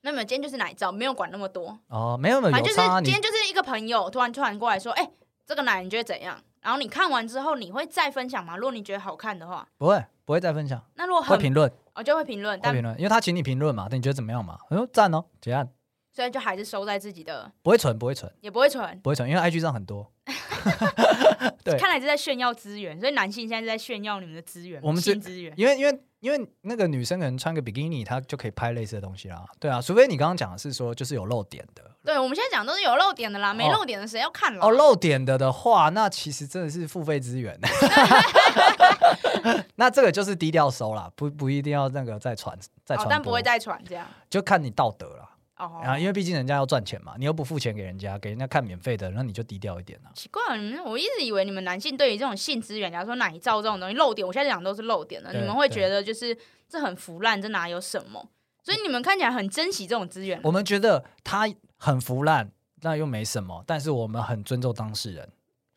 Speaker 2: 那么今天就是奶照，没有管那么多，
Speaker 1: 哦，没有没有
Speaker 2: 反
Speaker 1: 有
Speaker 2: 正就是
Speaker 1: 差、啊、
Speaker 2: 今
Speaker 1: 你
Speaker 2: 天就是一个朋友突然突然过来说，哎、这个奶你觉得怎样？然后你看完之后，你会再分享吗？如果你觉得好看的话，
Speaker 1: 不会不会再分享，
Speaker 2: 那如果
Speaker 1: 会
Speaker 2: 很
Speaker 1: 评论
Speaker 2: 我就会评论，
Speaker 1: 会
Speaker 2: 但
Speaker 1: 评论，因为他请你评论嘛，那你觉得怎么样嘛？我说赞哦，结案，
Speaker 2: 所以就还是收在自己的，
Speaker 1: 不会存不会存
Speaker 2: 也不会存。
Speaker 1: 不会存，因为 IG 上很多。对
Speaker 2: 看来是在炫耀资源，所以男性现在是在炫耀你们的资源，
Speaker 1: 我们是
Speaker 2: 新资源。
Speaker 1: 因为因为因为那个女生可能穿个比基尼，她就可以拍类似的东西啦。对啊，除非你刚刚讲的是说就是有漏点的，
Speaker 2: 对，我们现在讲都是有漏点的啦，没
Speaker 1: 哦
Speaker 2: 漏点的谁要看了？
Speaker 1: 哦，漏点的的话，那其实真的是付费资源。 那这个就是低调收啦，不不一定要那个再传再传
Speaker 2: 哦
Speaker 1: 播、
Speaker 2: 但不会再传这样。
Speaker 1: 就看你道德啦。
Speaker 2: 哦，
Speaker 1: 啊，因为毕竟人家要赚钱嘛，你又不付钱给人家，给人家看免费的，那你就低调一点啊。
Speaker 2: 奇怪，你们我一直以为你们男性对于这种性资源，假如说奶罩这种东西漏点，我现在讲都是漏点的，
Speaker 1: 对
Speaker 2: 你们会觉得就是这很腐烂，这哪有什么？所以你们看起来很珍惜这种资源。
Speaker 1: 我们觉得他很腐烂，那又没什么，但是我们很尊重当事人。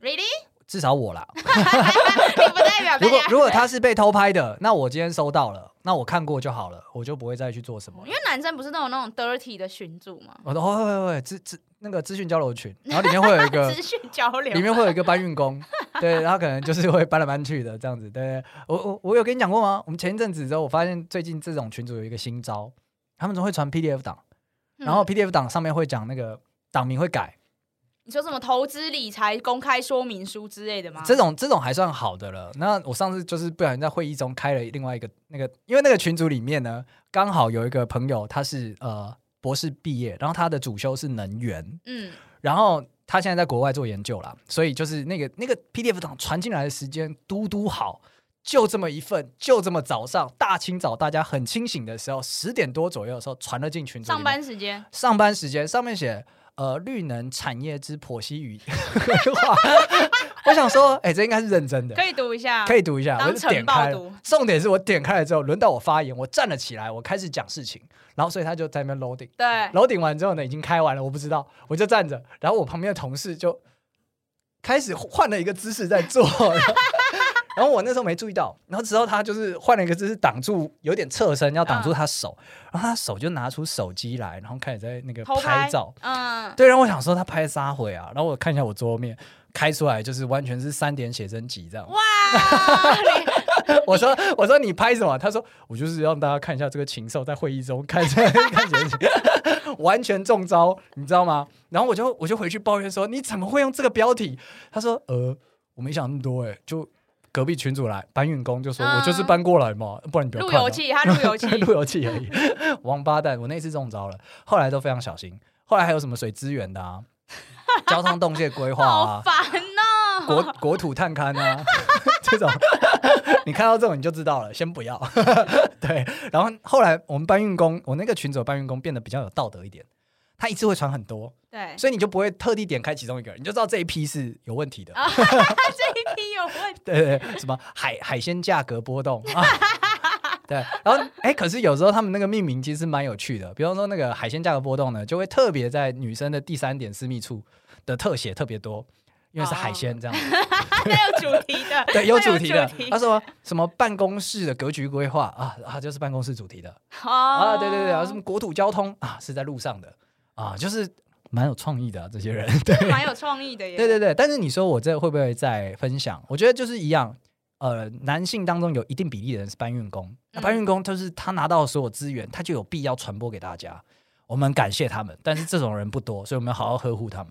Speaker 2: Really？
Speaker 1: 至少我啦。
Speaker 2: 你不代表大
Speaker 1: 如果
Speaker 2: 家。
Speaker 1: 如果他是被偷拍的，那我今天收到了，那我看过就好了，我就不会再去做什么
Speaker 2: 因。为男生不是都有那种 dirty 的群组吗？
Speaker 1: 我说哦，喂喂喂，资资那个资讯交流群，然后里面会有一个
Speaker 2: 资讯交流
Speaker 1: 呃里面会有一个搬运工，对，然后可能就是会搬来搬去的这样子。对，我我我有跟你讲过吗？我们前一阵子之后，我发现最近这种群组有一个新招，他们总会传 PDF 档，然后
Speaker 2: 嗯
Speaker 1: PDF 档上面会讲那个档名会改，
Speaker 2: 你说什么投资理财公开说明书之类的吗？
Speaker 1: 这种这种还算好的了。那我上次就是不小心在会议中开了另外一个那个，因为那个群组里面呢，刚好有一个朋友他是呃博士毕业，然后他的主修是能源，
Speaker 2: 嗯，
Speaker 1: 然后他现在在国外做研究啦，所以就是那个那个 PDF 档传进来的时间嘟嘟好，就这么一份，就这么早上大清早大家很清醒的时候，十点多左右的时候传了进群组里
Speaker 2: 上
Speaker 1: 面。
Speaker 2: 班时间，
Speaker 1: 上班时间上面写呃绿能产业之剖析与 规划，我想说，哎、这应该是认真的。
Speaker 2: 可以读一下。
Speaker 1: 可
Speaker 2: 以，
Speaker 1: 以读一下，
Speaker 2: 当
Speaker 1: 我就点
Speaker 2: 晨报
Speaker 1: 开
Speaker 2: 读
Speaker 1: 了。重点是我点开了之后，轮到我发言，我站了起来，我开始讲事情，然后所以他就在那边 loading。
Speaker 2: 对，
Speaker 1: 楼顶完之后呢，已经开完了，我不知道，我就站着，然后我旁边的同事就开始换了一个姿势在做，然后 然后我那时候没注意到，然后直到他就是换了一个姿势挡住，有点侧身要
Speaker 2: 嗯
Speaker 1: 挡住他手，然后他手就拿出手机来，然后开始在那个
Speaker 2: 偷拍
Speaker 1: 拍照。
Speaker 2: 嗯，
Speaker 1: 对，然后我想说他拍啥回啊？然后我看一下我桌面，开出来就是完全是三点写真集这样。
Speaker 2: 哇，你
Speaker 1: 我说我说你拍什么？他说我就是让大家看一下这个禽兽在会议中看起来 看起来是完全中招，你知道吗？然后我就我就回去抱怨说你怎么会用这个标题？他说呃我没想那么多哎、就隔壁群主来搬运工就说、
Speaker 2: 嗯
Speaker 1: 我就是搬过来嘛，不然你不要
Speaker 2: 路
Speaker 1: 看、
Speaker 2: 由。器，他路 由器，
Speaker 1: 路由器而已，王八蛋！我那次中招了，后来都非常小心。后来还有什么水资源的 啊，交通动线规划
Speaker 2: 好
Speaker 1: 啊，
Speaker 2: 烦哦。
Speaker 1: 国国土探勘啊， 这种，你看到这种你就知道了，先不要。 对，然后后来我们搬运工，我那个群组的搬运工变得比较有道德一点，他一次会传很多，
Speaker 2: 对，
Speaker 1: 所以你就不会特地点开其中一个人，你就知道这一批是有问题的。
Speaker 2: 啊，这一批有问题。
Speaker 1: 对对对，什么海海鲜价格波动啊。 对，然后哎，可是有时候他们那个命名其实蛮有趣的，比方说那个海鲜价格波动呢，就会特别在女生的第三点私密处的特写特别多，因为是海鲜这样子。
Speaker 2: 它有主题的，
Speaker 1: 对，有
Speaker 2: 它
Speaker 1: 主题的
Speaker 2: 主题。
Speaker 1: 他说什么办公室的格局规划啊啊，就是办公室主题的
Speaker 2: 哦，
Speaker 1: 啊，对对对，然后什么国土交通啊，是在路上的啊，就是蛮有创意的、啊、这些人。 对
Speaker 2: 这蛮有创意的耶。
Speaker 1: 对对对，但是你说我这会不会再分享？我觉得就是一样，呃，男性当中有一定比例的人是搬运工，
Speaker 2: 嗯
Speaker 1: 那搬运工就是他拿到所有资源，他就有必要传播给大家。我们感谢他们，但是这种人不多，所以我们要好好呵护 他们。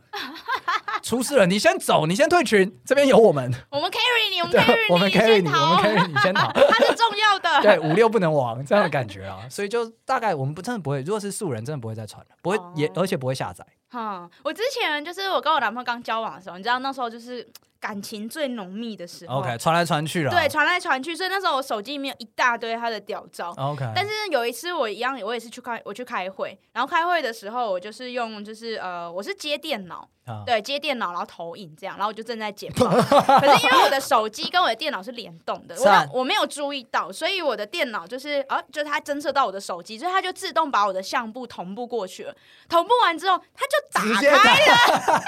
Speaker 1: 出事了，你先走，你先退群，这边有我们。
Speaker 2: 我们 carry 你，我 们
Speaker 1: 对啊
Speaker 2: carry，，你
Speaker 1: 我们 carry
Speaker 2: 先
Speaker 1: 你，我
Speaker 2: 逃
Speaker 1: 们 carry 你先 逃。
Speaker 2: 它是重要的。
Speaker 1: 对，五六不能亡这样的感觉啊，所以就大概我们不真的不会，如果是素人，真的不会再传了，不会
Speaker 2: 哦
Speaker 1: 也而且不会下载。
Speaker 2: 哈、我之前就是我跟我男朋友刚交往的时候，你知道那时候就是感情最浓密的时候
Speaker 1: OK，传来传去了。
Speaker 2: 哦
Speaker 1: 啊
Speaker 2: 对，传来传去，所以那时候我手机里面有一大堆他的屌照。
Speaker 1: ，OK，
Speaker 2: 但是有一次我一样，我也是去开我去开会，然后开会的时候我就是用就是呃我是接电脑，
Speaker 1: 啊
Speaker 2: 对，接电脑然后投影这样，然后我就正在剪报，可是因为我的手机跟我的电脑是联动的，我
Speaker 1: 赞
Speaker 2: 那我没有注意到，所以我的电脑就是啊，就是它侦测到我的手机，所以它就自动把我的相簿同步过去了，同步完之后它就打
Speaker 1: 直接
Speaker 2: 开
Speaker 1: 打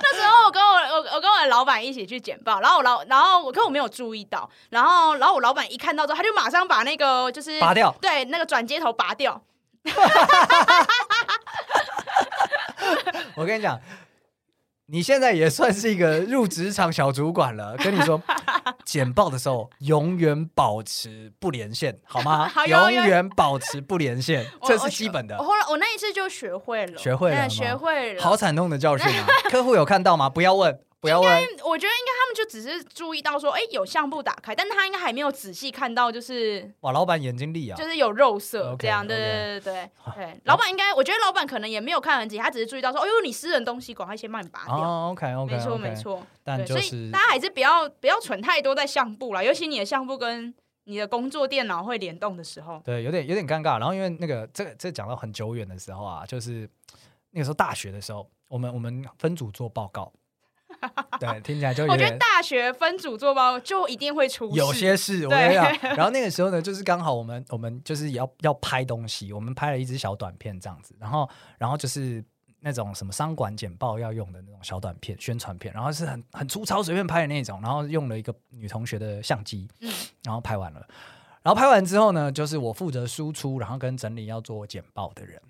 Speaker 2: 那时候我跟我我我跟我的老板一起去简报，然后我老然后我可我没有注意到，然后然后我老板一看到之后，他就马上把那个就是
Speaker 1: 拔掉，
Speaker 2: 对那个转接头拔掉，
Speaker 1: 我跟你讲，你现在也算是一个入职场小主管了。跟你说，简报的时候永远保持不连线，好吗
Speaker 2: 好？永
Speaker 1: 永
Speaker 2: 远
Speaker 1: 远保持不连线，
Speaker 2: 我
Speaker 1: 这
Speaker 2: 我
Speaker 1: 是基本
Speaker 2: 我
Speaker 1: 的。
Speaker 2: 后来我那一次就学会了，
Speaker 1: 学会了
Speaker 2: 对
Speaker 1: 吗
Speaker 2: 学会了。
Speaker 1: 好惨痛的教训 啊！客户有看到吗？不要问，不要问。
Speaker 2: 我觉得应该他们就只是注意到说，哎、有相簿打开，但他应该还没有仔细看到，就是
Speaker 1: 哇，老板眼睛利啊
Speaker 2: 就！是有肉色
Speaker 1: OK，
Speaker 2: 这样，对对对对对对。老板应该，我觉得老板可能也没有看很仔细，他只是注意到说，哎呦，你私人东西，赶快先帮你拔掉。
Speaker 1: 哦，OK，OK，
Speaker 2: 没错没，错，
Speaker 1: 但
Speaker 2: 对，
Speaker 1: 就
Speaker 2: 所以
Speaker 1: 是
Speaker 2: 大家还是不要不要存太多在相簿啦，尤其你的相簿跟你的工作电脑会联动的时候，
Speaker 1: 对，有点有点尴尬。然后因为那个这个这讲到很久远的时候啊，就是那个时候大学的时候，我们我们分组做报 告，对，听起来就有
Speaker 2: 我觉得
Speaker 1: 点。
Speaker 2: 大学分组做报就一定会出事。
Speaker 1: 有些事我
Speaker 2: 对
Speaker 1: 跟你讲，然后那个时候呢，就是刚好我们我们就是要要拍东西，我们拍了一支小短片这样子，然后然后就是那那种什么商管简报要用的那种小短片、宣传片，然后是很很粗糙、随便拍的那种，然后用了一个女同学的相机，
Speaker 2: 嗯
Speaker 1: 然后拍完了。然后拍完之后呢，就是我负责输出，然后跟整理要做简报的人，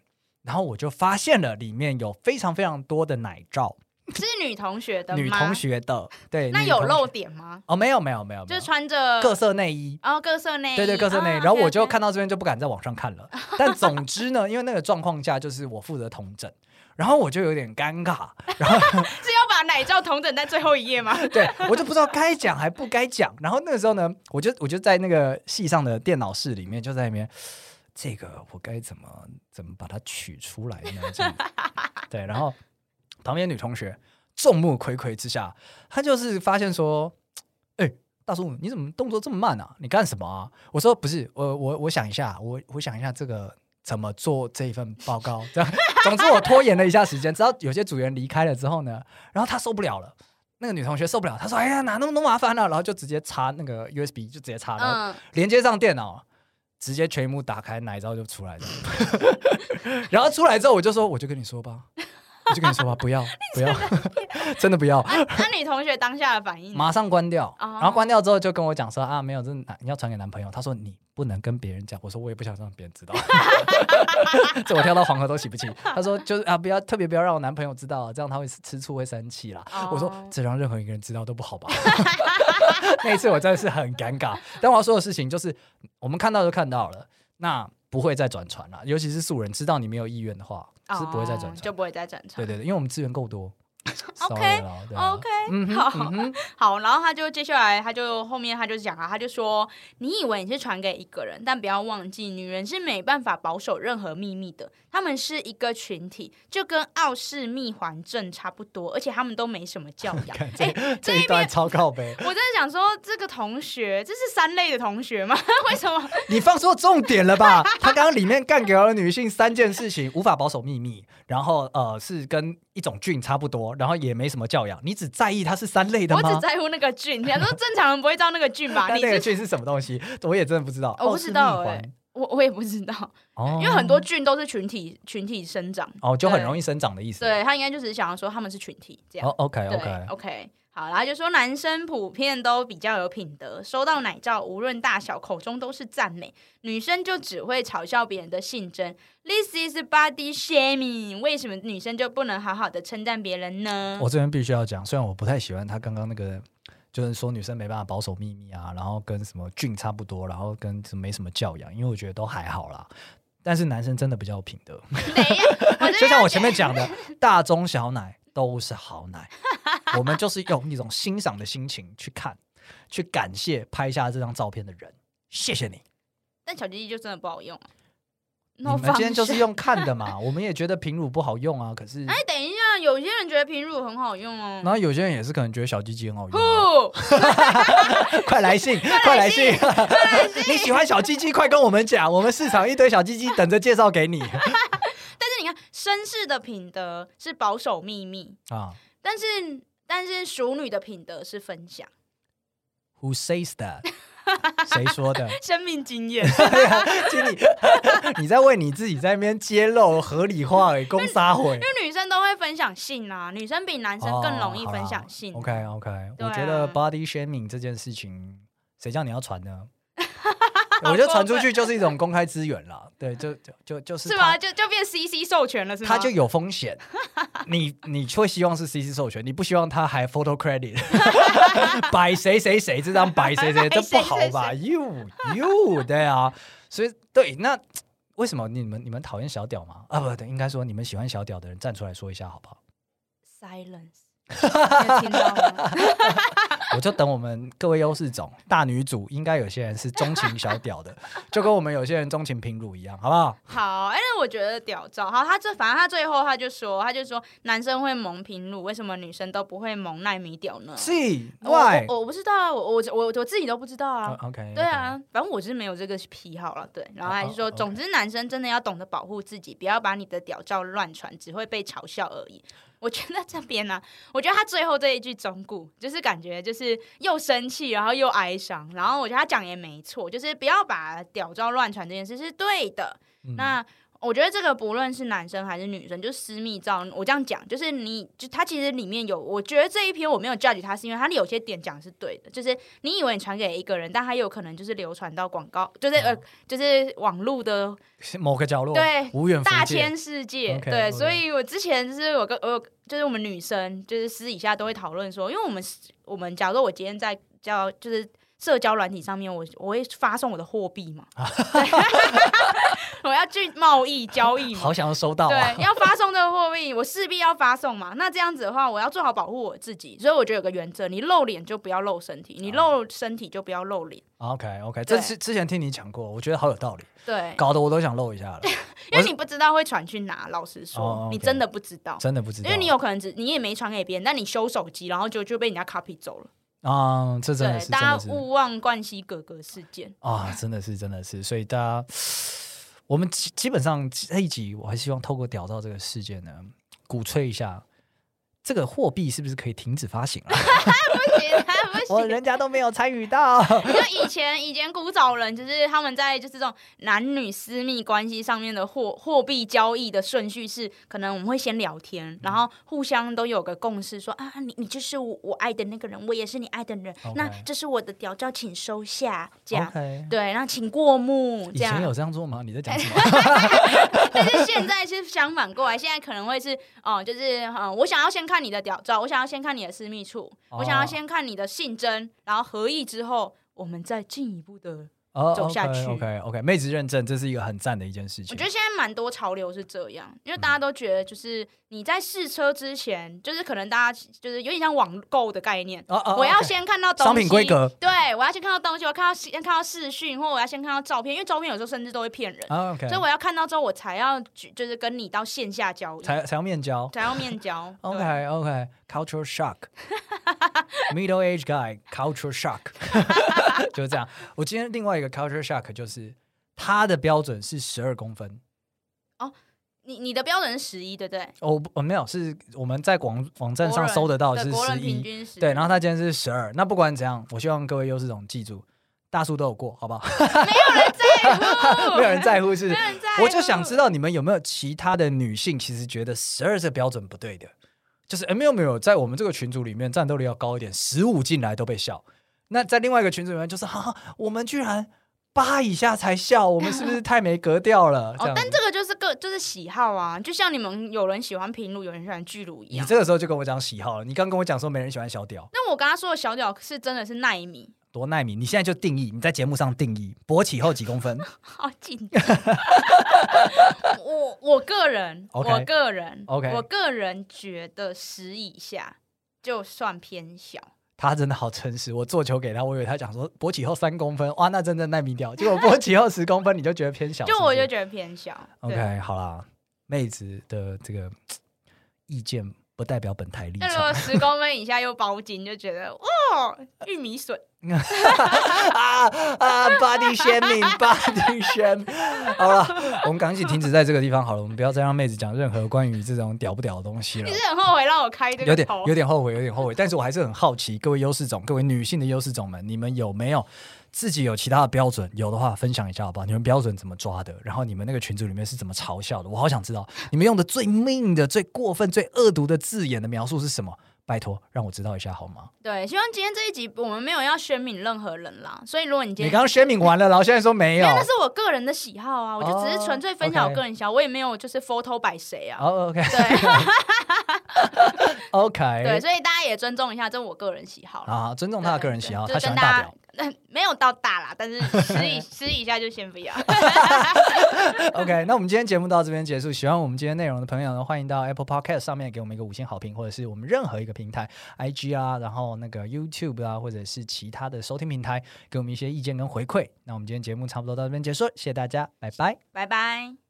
Speaker 1: 然后我就发现了里面有非常非常多的奶照，
Speaker 2: 是女同学的吗？
Speaker 1: 女同学的，对，
Speaker 2: 那
Speaker 1: 女
Speaker 2: 有
Speaker 1: 同
Speaker 2: 露
Speaker 1: 学
Speaker 2: 点吗？
Speaker 1: 哦，没有没有没有，
Speaker 2: 就
Speaker 1: 没有
Speaker 2: 是穿着
Speaker 1: 各色内衣，
Speaker 2: 哦各色内衣，
Speaker 1: 对对，各色内
Speaker 2: 哦
Speaker 1: 衣。然后我就
Speaker 2: OK，OK
Speaker 1: 看到这边就不敢再往上看了。 但总之呢，因为那个状况下就是我负责统整，然后我就有点尴尬，
Speaker 2: 是要把奶罩同等在最后一页吗？
Speaker 1: 对我就不知道该讲还不该讲。然后那个时候呢，我就我就在那个系上的电脑室里面，就在那边，这个我该怎么怎么把它取出来呢？这样子对，然后旁边女同学众目睽睽之下，她就是发现说，哎、大叔，你怎么动作这么慢啊？你干什么啊？我说不是，我我我想一下，我我想一下这个怎么做这一份报告。 这样，总之我拖延了一下时间，直到有些组员离开了之后呢，然后她受不了了，那个女同学受不了，她说：“哎呀，哪那么多麻烦呢、然后就直接插那个 USB，就直接插，然后
Speaker 2: 嗯，
Speaker 1: 连接上电脑，直接全幕打开，奶罩就出来了。 然后出来之后，我就说，我就跟你说吧，我 就跟你说吧，不要，不要， 真的不要。
Speaker 2: 那女同学当下的反应呢，
Speaker 1: 马上关掉，
Speaker 2: 哦
Speaker 1: 然后关掉之后就跟我讲说啊，没有，这是男你要传给男朋友。他说你不能跟别人讲，我说我也不想让别人知 道，这我跳到黄河都洗不清。他说就是啊，不要特别不要让我男朋友知道啊，这样他会吃醋会生气啦。
Speaker 2: 哦
Speaker 1: 我说这让任何一个人知道都不好吧。 那一次我真的是很尴尬，但我要说的事情就是我们看到就看到了，那不会再转传了，尤其是素人知道你没有意愿的话，是不会再转
Speaker 2: 哦
Speaker 1: 传。
Speaker 2: 就不会再转传。
Speaker 1: 对对对，因为我们资源够 多。
Speaker 2: OK，
Speaker 1: sorry 啦对啊
Speaker 2: OK，
Speaker 1: 嗯哼
Speaker 2: 好
Speaker 1: 嗯哼
Speaker 2: 好，然后他就接下来，他就后面他就讲啊，他就说，你以为你是传给一个人，但不要忘记，女人是没办法保守任何秘密的，她们是一个群体，就跟傲视蜜环症差不多，而且她们都没什么教 养。
Speaker 1: 看
Speaker 2: 哎、
Speaker 1: 这这一段超靠背，
Speaker 2: 我真的想说，这个同学，这是三类的同学吗？ 为什么？
Speaker 1: 你放错重点了吧？他刚刚里面干掉了女性三件事情：无法保守秘密，然后呃是跟一种菌差不多，然后也没什么教养。你只在意它是三类的
Speaker 2: 我只
Speaker 1: 吗？
Speaker 2: 在乎那个菌，想说正常人不会照那个菌 吧？
Speaker 1: 但
Speaker 2: 啊你
Speaker 1: 那个
Speaker 2: 是
Speaker 1: 菌是什么东西？我也真的不知道。
Speaker 2: 我不知道
Speaker 1: 哦是
Speaker 2: 哎、
Speaker 1: 蜜獾
Speaker 2: 我我也不知道，
Speaker 1: 哦
Speaker 2: 因为很多菌都是群体群体生长，
Speaker 1: 哦就很
Speaker 2: 对
Speaker 1: 容易生长的意思。
Speaker 2: 对他应该就只是想要说他们是群体这样。
Speaker 1: 哦，OK
Speaker 2: 对
Speaker 1: OK，
Speaker 2: OK，好，然后就说男生普遍都比较有品德，收到奶罩无论大小，口中都是赞美；女生就只会嘲笑别人的性征。This is body shaming，为什么女生就不能好好的称赞别人呢？
Speaker 1: 我这边必须要讲，虽然我不太喜欢他刚刚那个。就是说，女生没办法保守秘密啊，然后跟什么菌差不多，然后跟什么没什么教养，因为我觉得都还好啦。但是男生真的比较有品德，
Speaker 2: 等一下， 我
Speaker 1: 就
Speaker 2: 这
Speaker 1: 像我前面讲的，大中小奶都是好奶，我们就是用一种欣赏的心情去看，去感谢拍下这张照片的人，谢谢你。
Speaker 2: 但小鸡鸡就真的不好用。
Speaker 1: 你
Speaker 2: No
Speaker 1: 们今天就是
Speaker 2: function
Speaker 1: 用看的嘛，我们也觉得平乳不好用啊，可是，
Speaker 2: 哎，等一下，有些人觉得平乳很好用哦
Speaker 1: 然。后有些人也是可能觉得小鸡鸡很好用啊、
Speaker 2: 不，
Speaker 1: 快来信，快来信， 你喜欢小鸡鸡，快跟我们讲，我们市场一堆小鸡鸡等着介绍给你
Speaker 2: 但是你看，绅士的品德是保守秘密，
Speaker 1: 啊。
Speaker 2: 但是但是熟女的品德是分享
Speaker 1: Who says that？谁说的？
Speaker 2: 生命经 验。
Speaker 1: 对啊，经理， 你在为你自己在那边揭露合理化、欸，攻杀回
Speaker 2: 因。为女生都会分享性啊，女生比男生更容
Speaker 1: 哦
Speaker 2: 易分享性。
Speaker 1: OK OK，、
Speaker 2: 对啊
Speaker 1: 我觉得 body shaming 这件事情，谁叫你要传 呢？我觉得传出去就是一种公开资源 啦。对，就就就就是
Speaker 2: 是
Speaker 1: 它
Speaker 2: 吗？就就变 CC 授权了，是吗？
Speaker 1: 它就有风 险。你你会希望是 CC 授权，你不希望它还 photo credit，摆谁谁谁这张摆谁谁，这不好吧？You you 对啊，所以对那。为什么你们你们讨厌小屌吗？啊，不对，应该说你们喜欢小屌的人站出来说一下好不好？
Speaker 2: silence，你有听到 吗？
Speaker 1: 我就等我们各位优势种大女主，应该有些人是钟情小屌的， 就跟我们有些人钟情平乳一样，好不好？
Speaker 2: 好，哎、那我觉得屌照，好，他这反正他最后他就说，他就说男生会蒙平乳，为什么女生都不会蒙奈米屌呢？
Speaker 1: 是 y 呃
Speaker 2: 我我我我不知道啊，我我我我自己都不知道啊。
Speaker 1: OK，
Speaker 2: 对，啊，反正我是没有这个癖好了。对，然后还是说，
Speaker 1: 哦哦
Speaker 2: 总之男生真的要懂得保护自己，不要把你的屌照乱传，只会被嘲笑而已。 我觉得这边呢、我觉得他最后这一句忠固，就是感觉就是又生气，然后又哀伤，
Speaker 1: 嗯
Speaker 2: 然后我觉得他讲也没错，就是不要把屌照乱传这件事是对的。那我觉得这个不论是男生还是女生，就是私密照，我这样讲，就是你就它其实里面有，我觉得这一篇我没有 judge 它，是因为它有些点讲是对的，就是你以为你传给一个人，但它有可能就是流传到广告，就是呃，就是网络的
Speaker 1: 嗯某个角落，
Speaker 2: 对
Speaker 1: 无远
Speaker 2: 大
Speaker 1: 弗届。
Speaker 2: 千世界。
Speaker 1: OK，
Speaker 2: 对
Speaker 1: OK
Speaker 2: 所以我之前就是我跟我有就是我们女生就是私底下都会讨论说，因为我们我们假如说我今天在交就是社交软体上面，我我会发送我的货币嘛，
Speaker 1: 啊
Speaker 2: 对 我要去贸易交易嘛
Speaker 1: 好。想要收到啊！
Speaker 2: 对，要发送这个货币，我势必要发送嘛。那这样子的话，我要做好保护我自己，所以我觉得有个原则：你露脸就不要露身体，你
Speaker 1: 哦
Speaker 2: 露身体就不要露脸。
Speaker 1: OK OK，
Speaker 2: 对
Speaker 1: 这是之前听你讲过，我觉得好有道理，
Speaker 2: 对，
Speaker 1: 搞得我都想露一下了，
Speaker 2: 因为你不知道会传去哪，老实说，
Speaker 1: 哦，OK
Speaker 2: 你真的不知道。
Speaker 1: 真的不知道。
Speaker 2: 因为你有可能只你也没传给别人，但你修手机，然后就就被 人家 copy 走了。
Speaker 1: 啊、这真的
Speaker 2: 对，
Speaker 1: 是真
Speaker 2: 大
Speaker 1: 的
Speaker 2: 家
Speaker 1: 是
Speaker 2: 勿忘冠希哥哥事件。
Speaker 1: 啊，真的是真的是，所以大家，我们基基本上这一集，我还希望透过屌照这个事件呢，鼓吹一下。这个货币是不是可以停止发行了、啊
Speaker 2: 不行，他不
Speaker 1: 我
Speaker 2: 行。
Speaker 1: 人家都没有参与到，
Speaker 2: 就以前以前古早人，就是他们在就是这种男女私密关系上面的货货币交易的顺序是，可能我们会先聊天，
Speaker 1: 嗯
Speaker 2: 然后互相都有个共识说，啊，你你就是我我爱的那个人，我也是你爱的人
Speaker 1: OK
Speaker 2: 那这是我的屌照，请收下，这样
Speaker 1: OK，
Speaker 2: 对，然后请过目，
Speaker 1: 以
Speaker 2: 这样
Speaker 1: 前有这样做吗？你在讲什么？
Speaker 2: 但是现在是相反过来，现在可能会是哦、就是嗯、呃我想要先看你的屌照，我想要先看你的私密处，
Speaker 1: 哦
Speaker 2: 我想要先看你的性征，然后合意之后，我们再进一步的。
Speaker 1: 哦
Speaker 2: 走下去
Speaker 1: OK OK，妹子认证，这是一个很赞的一件事情。
Speaker 2: 我觉得现在蛮多潮流是这样，因为
Speaker 1: 嗯
Speaker 2: 大家都觉得就是你在试车之前，就是可能大家就是有点像网购的概念。
Speaker 1: 哦哦
Speaker 2: 我要
Speaker 1: OK
Speaker 2: 先看到东西
Speaker 1: 商品规，格
Speaker 2: 对我要先看到东西，我要看到先看到视讯，或我要先看到照片，因为照片有时候甚至都会骗人，
Speaker 1: 啊 OK，
Speaker 2: 所以我要看到之后，我才要去就是跟你到线下交易，
Speaker 1: 才才要面交。
Speaker 2: 才要面交。对
Speaker 1: OK OK culture shock middle age guy culture shock 就是这样。我今天另外一个 culture shock 就是他的标准是十二公分，
Speaker 2: 你你的标准是十一，对不对？
Speaker 1: 哦不哦没有，是我们在网网站
Speaker 2: 国
Speaker 1: 上
Speaker 2: 人
Speaker 1: 搜得到
Speaker 2: 对
Speaker 1: 是
Speaker 2: 国人
Speaker 1: 十
Speaker 2: 平
Speaker 1: 一，
Speaker 2: 均十。
Speaker 1: 对，然后他今天是十二。那不管怎样，我希望各位优势种记住，大数都有过，好不好？
Speaker 2: 后
Speaker 1: 没有人在乎是不
Speaker 2: 没
Speaker 1: 是
Speaker 2: 有人在乎，
Speaker 1: 我就想知道你们有没有其他的女性，其实觉得十二这标准不对的，就是哎、诶没有没有，在我们这个群组里面战斗力要高一点，十五进来都被笑。那在另外一个群组里面，就是哈、哈，我们居然八以下才笑，我们是不是太没格调了？这
Speaker 2: 哦
Speaker 1: 样，子
Speaker 2: 但这个就是个就是喜好啊，就像你们有人喜欢平乳，有人喜欢巨乳一
Speaker 1: 你
Speaker 2: 样。
Speaker 1: 这个时候就跟我讲喜好了，你刚跟我讲说没人喜欢小屌，
Speaker 2: 那我刚刚说的小屌是真的是纳米，
Speaker 1: 多耐米，你现在就定义，你在节目上定义勃起后几公分
Speaker 2: 好紧 张。我我个人
Speaker 1: OK
Speaker 2: 我个人
Speaker 1: OK
Speaker 2: 我个人觉得十以下就算偏小。
Speaker 1: 他真的好诚实，我做球给他，我以为他讲说勃起后三公分，哇，那真正耐米屌，结果勃起后十公分你就觉得偏小，
Speaker 2: 就是
Speaker 1: 不
Speaker 2: 我
Speaker 1: 是
Speaker 2: 就觉得偏小。对
Speaker 1: OK，好啦，妹子的这个嗯意见不代表本台立
Speaker 2: 那如果
Speaker 1: 场
Speaker 2: 十公分以下又包茎，就觉得哦，玉米笋。
Speaker 1: 啊啊！Body shaming，body shaming。好了，我们赶紧停止在这个地方好了，我们不要再让妹子讲任何关于这种屌不屌的东西了
Speaker 2: 你。是很后悔让我开这
Speaker 1: 有
Speaker 2: 个
Speaker 1: 点
Speaker 2: 头？
Speaker 1: 有点后悔，有点后悔，但是我还是很好奇，各位优势种，各位女性的优势种们，你们有没有自己有其他的标准？有的话分享一下好不好？你们标准怎么抓的？然后你们那个群组里面是怎么嘲笑的？我好想知道你们用的最 mean 的、最过分、最恶毒的字眼的描述是什么？拜托，让我知道一下好吗？
Speaker 2: 对，希望今天这一集我们没有要宣明任何人啦，所以如果你今
Speaker 1: 你
Speaker 2: 天
Speaker 1: 刚刚 shaming 完了，然后现在说没有
Speaker 2: 没有，那是我个人的喜好啊，我就只是纯粹分享
Speaker 1: 哦
Speaker 2: 我个人喜好，我也没有就是 photo 摆谁啊。
Speaker 1: 哦，OK，OK、
Speaker 2: 对
Speaker 1: o k
Speaker 2: 对，所以大家也尊重一下，这是我个人喜好啦。
Speaker 1: 啊，尊重他的个人喜好，
Speaker 2: 对
Speaker 1: 他
Speaker 2: 就是
Speaker 1: 喜欢
Speaker 2: 跟
Speaker 1: 大
Speaker 2: 大
Speaker 1: 屌
Speaker 2: 家。呃没有到大啦，但是私 以私以下就先不 要。
Speaker 1: OK，那我们今天节目到这边结束。喜欢我们今天内容的朋友呢，欢迎到 Apple Podcast 上面给我们一个五星好评，或者是我们任何一个平台，IG 啊，然后那个 YouTube 啊，或者是其他的收听平台，给我们一些意见跟回馈。那我们今天节目差不多到这边结束，谢谢大家，拜拜。
Speaker 2: 拜拜。